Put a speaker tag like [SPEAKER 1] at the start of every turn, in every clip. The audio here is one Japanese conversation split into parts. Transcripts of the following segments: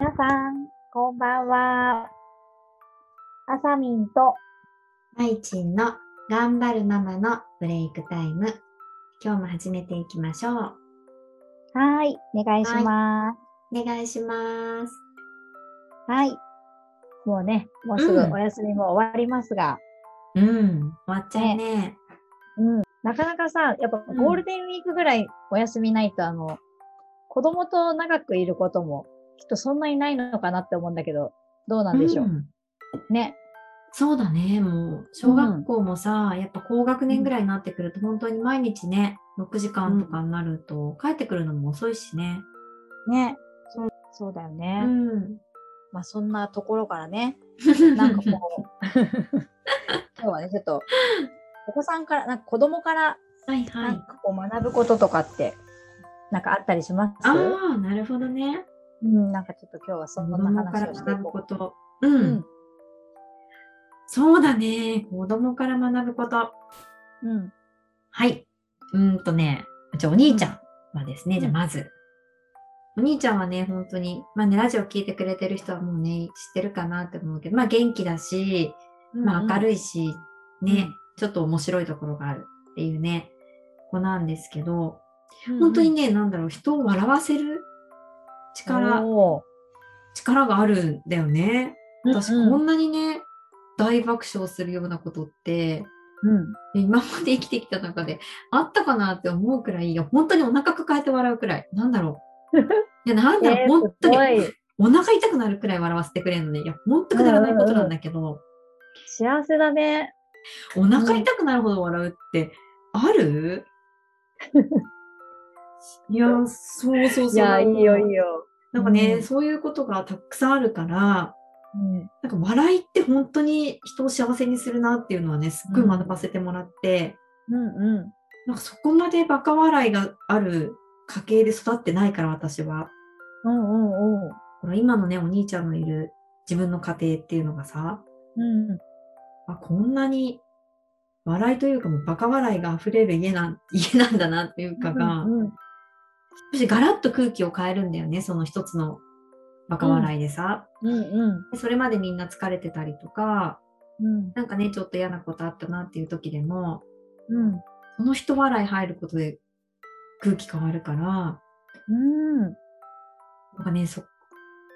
[SPEAKER 1] 皆さん、こんばんは。あさみんと、
[SPEAKER 2] まいちんの頑張るママのブレイクタイム。今日も始めていきましょう。
[SPEAKER 1] はい、お願いします。
[SPEAKER 2] お願いします。
[SPEAKER 1] はい。もうね、もうすぐ
[SPEAKER 2] うん
[SPEAKER 1] お休みも終わりますが、
[SPEAKER 2] うん、終わっちゃうね。
[SPEAKER 1] なかなかさ、やっぱ
[SPEAKER 2] うん
[SPEAKER 1] ゴールデンウィークぐらいお休みないと、あの、子供と長くいることも、きっとそんなにないのかなって思うんだけど、どうなんでしょう。
[SPEAKER 2] ん
[SPEAKER 1] ね。
[SPEAKER 2] そうだね、もう、小学校もさ、やっぱ高学年ぐらいになってくると、本当に毎日ね、6時間とかになると、帰ってくるのも遅いしね。
[SPEAKER 1] ね。そうそうだよ
[SPEAKER 2] う
[SPEAKER 1] ね。
[SPEAKER 2] ん。
[SPEAKER 1] まあ、そんなところからね、なんか こう、今日はね、ちょっと、お子さんから、なんか子供から、
[SPEAKER 2] はい
[SPEAKER 1] な
[SPEAKER 2] は
[SPEAKER 1] ん
[SPEAKER 2] い。
[SPEAKER 1] かこう学ぶこととかって、なんかあったりします
[SPEAKER 2] ああ、なるほどね。
[SPEAKER 1] うん、なんかちょっと今日はそんな
[SPEAKER 2] 子供か
[SPEAKER 1] 話
[SPEAKER 2] ら
[SPEAKER 1] をしてい
[SPEAKER 2] 学ぶ
[SPEAKER 1] こ
[SPEAKER 2] こと。
[SPEAKER 1] う。
[SPEAKER 2] うんそうだね。子供から学ぶこと。
[SPEAKER 1] うん。うん。
[SPEAKER 2] はい。うーんとね、じゃあお兄ちゃんはですね、
[SPEAKER 1] うん
[SPEAKER 2] じゃあまず。お兄ちゃんはね、本当に、まあね、ラジオ聞いてくれてる人はもうね、知ってるかなって思うけど、まあ元気だし、まあ明
[SPEAKER 1] い。
[SPEAKER 2] るいし、
[SPEAKER 1] う
[SPEAKER 2] ね
[SPEAKER 1] ん、
[SPEAKER 2] ちょっと面白いところがあるっていうね、子なんですけど、
[SPEAKER 1] うん
[SPEAKER 2] 本当にね、なんだろう、人を笑わせる力、
[SPEAKER 1] おー
[SPEAKER 2] 力があるんだよね。私
[SPEAKER 1] うん
[SPEAKER 2] こんなにね、大爆笑するようなことって、
[SPEAKER 1] うん。
[SPEAKER 2] で今まで生きてきた中であったかなって思うくらい、いや本当にお腹抱えて笑うくらい、なんだろ う。いや、なんだろう、
[SPEAKER 1] えー
[SPEAKER 2] 本当
[SPEAKER 1] すごい
[SPEAKER 2] にお腹痛くなるくらい笑わせてくれるのね。いや、本当くだらないことなんだけど、
[SPEAKER 1] 幸せだね。
[SPEAKER 2] お腹痛くなるほど笑うってあ る、いや、そうそうそう。
[SPEAKER 1] いや、いいよ、いいよ。
[SPEAKER 2] なんかね、
[SPEAKER 1] うん
[SPEAKER 2] そういうことがたくさんあるから、
[SPEAKER 1] うん。
[SPEAKER 2] なんか笑いって本当に人を幸せにするなっていうのはね、すっごい学ばせてもらって、
[SPEAKER 1] うんうん。
[SPEAKER 2] なんかそこまでバカ笑いがある家系で育ってないから私は。
[SPEAKER 1] うんうんうん。
[SPEAKER 2] この今のね、お兄ちゃんのいる自分の家庭っていうのがさ、
[SPEAKER 1] うん。
[SPEAKER 2] あこんなに笑いというかもうバカ笑いが溢れる家なん、 家なんだなっていうかが、
[SPEAKER 1] うんうん
[SPEAKER 2] 少しガラッと空気を変えるんだよね、その一つのバカ笑いでさ。
[SPEAKER 1] うん
[SPEAKER 2] でそれまでみんな疲れてたりとか、
[SPEAKER 1] うん。
[SPEAKER 2] なんかね、ちょっと嫌なことあったなっていう時でも、
[SPEAKER 1] うん。
[SPEAKER 2] その一笑い入ることで空気変わるから、
[SPEAKER 1] うん。
[SPEAKER 2] なんかね、そ、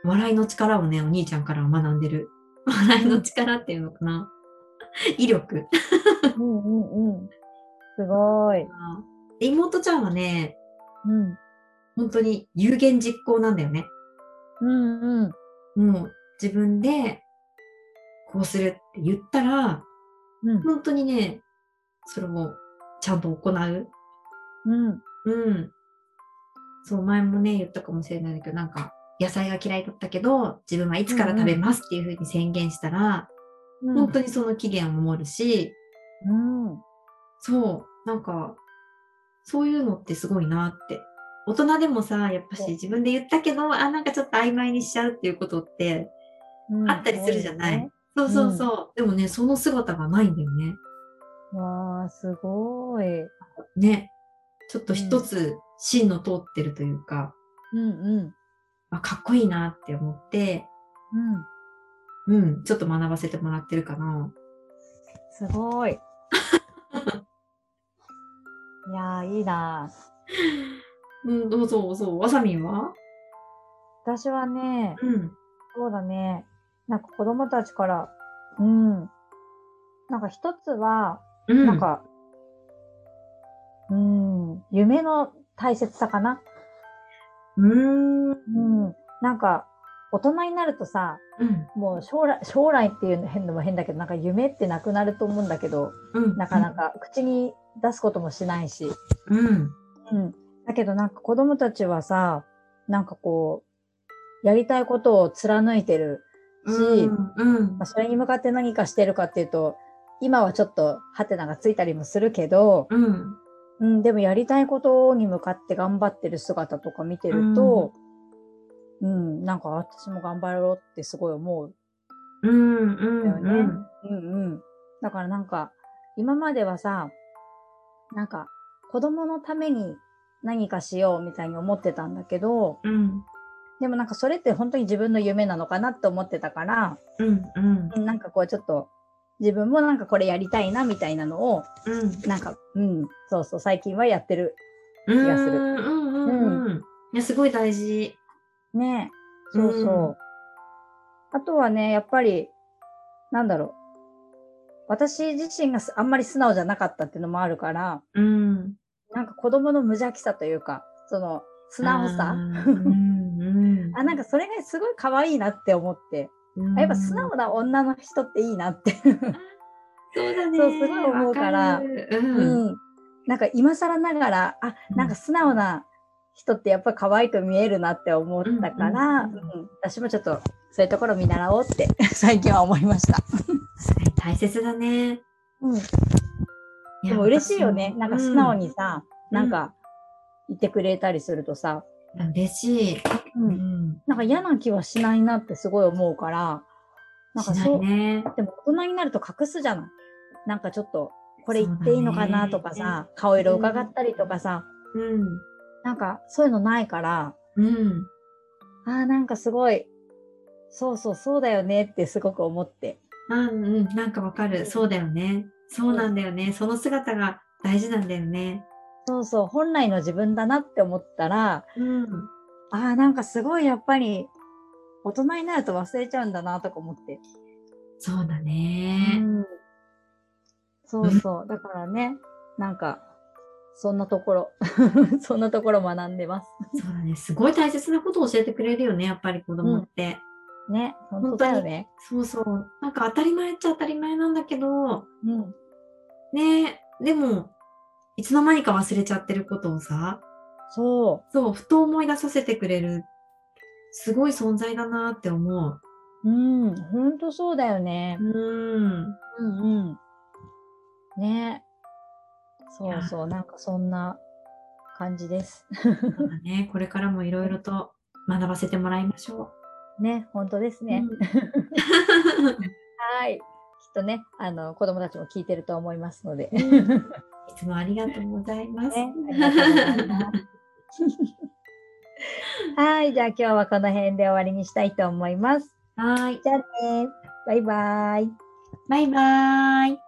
[SPEAKER 2] 笑いの力をね、お兄ちゃんからは学んでる。 笑いの力っていうのかな。 威力。
[SPEAKER 1] うんうんうん。すごい。
[SPEAKER 2] で妹ちゃんはね、
[SPEAKER 1] うん。
[SPEAKER 2] 本当に有言実行なんだよね。
[SPEAKER 1] うんうん。
[SPEAKER 2] もう自分で、こうするって言ったら、
[SPEAKER 1] うん。
[SPEAKER 2] 本当にね、それをちゃんと行う。
[SPEAKER 1] うん。
[SPEAKER 2] うん。そう、前もね、言ったかもしれないんだけど、なんか、野菜が嫌いだったけど、自分はいつから食べますっていうふうに宣言したら、本当にその期限を守るし、
[SPEAKER 1] うん。
[SPEAKER 2] そう、なんか、そういうのってすごいなって。大人でもさ、やっぱし自分で言ったけど、あ、なんかちょっと曖昧にしちゃうっていうことって
[SPEAKER 1] うん
[SPEAKER 2] あったりするじゃない、
[SPEAKER 1] 多ですね
[SPEAKER 2] そうそうそう。でもね、その姿がないんだよね。
[SPEAKER 1] わあ、すごい。う
[SPEAKER 2] ね。ちょっと一つ芯の通ってるというか、
[SPEAKER 1] んうん。
[SPEAKER 2] あかっこいいなって思って、
[SPEAKER 1] うん。
[SPEAKER 2] うん、ちょっと学ばせてもらってるかな。
[SPEAKER 1] すご い。いやー、いいなあ
[SPEAKER 2] うん、どうぞ、そう、わさみんは
[SPEAKER 1] 私はね、
[SPEAKER 2] うん。
[SPEAKER 1] そうだね。なんか子供たちから、うん。なんか一つは、
[SPEAKER 2] うん。
[SPEAKER 1] なん、か、うん、夢の大切さかな。
[SPEAKER 2] うーん。
[SPEAKER 1] うん。なんか、大人になるとさ、
[SPEAKER 2] うん。
[SPEAKER 1] もう将来、将来っていうの変のも変だけど、なんか夢ってなくなると思うんだけど、
[SPEAKER 2] うん。
[SPEAKER 1] なかな。か口に出すこともしないし。
[SPEAKER 2] うん。
[SPEAKER 1] うん。だけどなんか子供たちはさ、なんかこう、やりたいことを貫いてるし、
[SPEAKER 2] うん。うん
[SPEAKER 1] まあ、。それに向かって何かしてるかっていうと、今はちょっとハテナがついたりもするけど、
[SPEAKER 2] うん。
[SPEAKER 1] うん、でもやりたいことに向かって頑張ってる姿とか見てると、うん、なんか私も頑張ろうってすごい思う。
[SPEAKER 2] うんうん
[SPEAKER 1] だよね
[SPEAKER 2] う
[SPEAKER 1] う
[SPEAKER 2] ん
[SPEAKER 1] んうん。だからなんか、今まではさ、なんか、子供のために何かしようみたいに思ってたんだけど、
[SPEAKER 2] うん
[SPEAKER 1] でもなんかそれって本当に自分の夢なのかなって思ってたから、
[SPEAKER 2] うんうん
[SPEAKER 1] うんなんかこうちょっと自分もなんかこれやりたいなみたいなのを、
[SPEAKER 2] うん
[SPEAKER 1] なんか、うん、そうそう、最近はやってる。
[SPEAKER 2] 気
[SPEAKER 1] がする
[SPEAKER 2] うんうんうん。いや、すごい大事。
[SPEAKER 1] ねそうそう。
[SPEAKER 2] うん
[SPEAKER 1] あとはね、やっぱり、なんだろう。私自身がすあんまり素直じゃなかったっていうのもあるから、
[SPEAKER 2] うん。
[SPEAKER 1] なんか子供の無邪気さというか、その、素直
[SPEAKER 2] あ
[SPEAKER 1] さ。
[SPEAKER 2] ーうんうん。
[SPEAKER 1] あなんかそれがすごい可愛いなって思って、あやっぱ素
[SPEAKER 2] うん
[SPEAKER 1] 直な女の人っていいなって、
[SPEAKER 2] そうだね。
[SPEAKER 1] そうすごい思うから
[SPEAKER 2] わるうん。
[SPEAKER 1] うんなんか今更ながらあなんか素直な人ってやっぱ可愛く見えるなって思ったから、
[SPEAKER 2] うんうんうん
[SPEAKER 1] うん私もちょっとそういうところ見習おうって 最近は思いました、
[SPEAKER 2] 確かに大切だね。
[SPEAKER 1] でも嬉しいよねな
[SPEAKER 2] 私も
[SPEAKER 1] んか素直
[SPEAKER 2] う
[SPEAKER 1] にさ、なんか言ってくれたりするとさ、
[SPEAKER 2] ん嬉しい。うん。
[SPEAKER 1] なんか嫌な気はしないなってすごい思うからなん
[SPEAKER 2] し
[SPEAKER 1] か
[SPEAKER 2] な
[SPEAKER 1] そ、
[SPEAKER 2] いうね。
[SPEAKER 1] でも大人になると隠すじゃないなんかちょっとこれ言っていいのかなとか
[SPEAKER 2] そうだ
[SPEAKER 1] さ、顔色伺ったりとかさ、
[SPEAKER 2] うん。
[SPEAKER 1] なんかそういうのないから、
[SPEAKER 2] うん。
[SPEAKER 1] ああ、なんかすごい、そうそう、そうだよねってすごく思って。
[SPEAKER 2] うんうん。なんかわかる。そうだよね。そうなんだよね。その姿が大事なんだよね。
[SPEAKER 1] そうそう、本来の自分だなって思ったら、
[SPEAKER 2] うん。
[SPEAKER 1] ああ、なんかすごいやっぱり、大人になると忘れちゃうんだなとか思って。
[SPEAKER 2] そうだ
[SPEAKER 1] う
[SPEAKER 2] ね。
[SPEAKER 1] んそうそう、だからね、なんか、そんなところ、 そんなところ学んでます。
[SPEAKER 2] そうだね。すごい大切なことを教えてくれるよね。やっぱり子供って。
[SPEAKER 1] ね、本当だよね。
[SPEAKER 2] そうそう。なんか当たり前っちゃ当たり前なんだけ
[SPEAKER 1] う
[SPEAKER 2] ど、
[SPEAKER 1] ん。
[SPEAKER 2] ねえ、でも、いつの間にか忘れちゃってることをさ、
[SPEAKER 1] そ
[SPEAKER 2] そう、ふと思い出させてくれる、すごい存在だなって思う。
[SPEAKER 1] う。うん、本当そうだよね。
[SPEAKER 2] うん。
[SPEAKER 1] うんうん。ねそうそう、なんかそんな感じです。
[SPEAKER 2] そうだね、これからもいろいろと学ばせてもらいましょ
[SPEAKER 1] ね、本当です
[SPEAKER 2] う。
[SPEAKER 1] ね。
[SPEAKER 2] う ん。
[SPEAKER 1] はい。きっとね、あの、子供たちも聞いてると思いますので。
[SPEAKER 2] うん いつもありがとうございます。
[SPEAKER 1] ね、ありがとうございます。 はい、じゃあ今日はこの辺で終わりにしたいと思います。
[SPEAKER 2] はい。
[SPEAKER 1] じゃあね、バイバイ。
[SPEAKER 2] バイバーイ。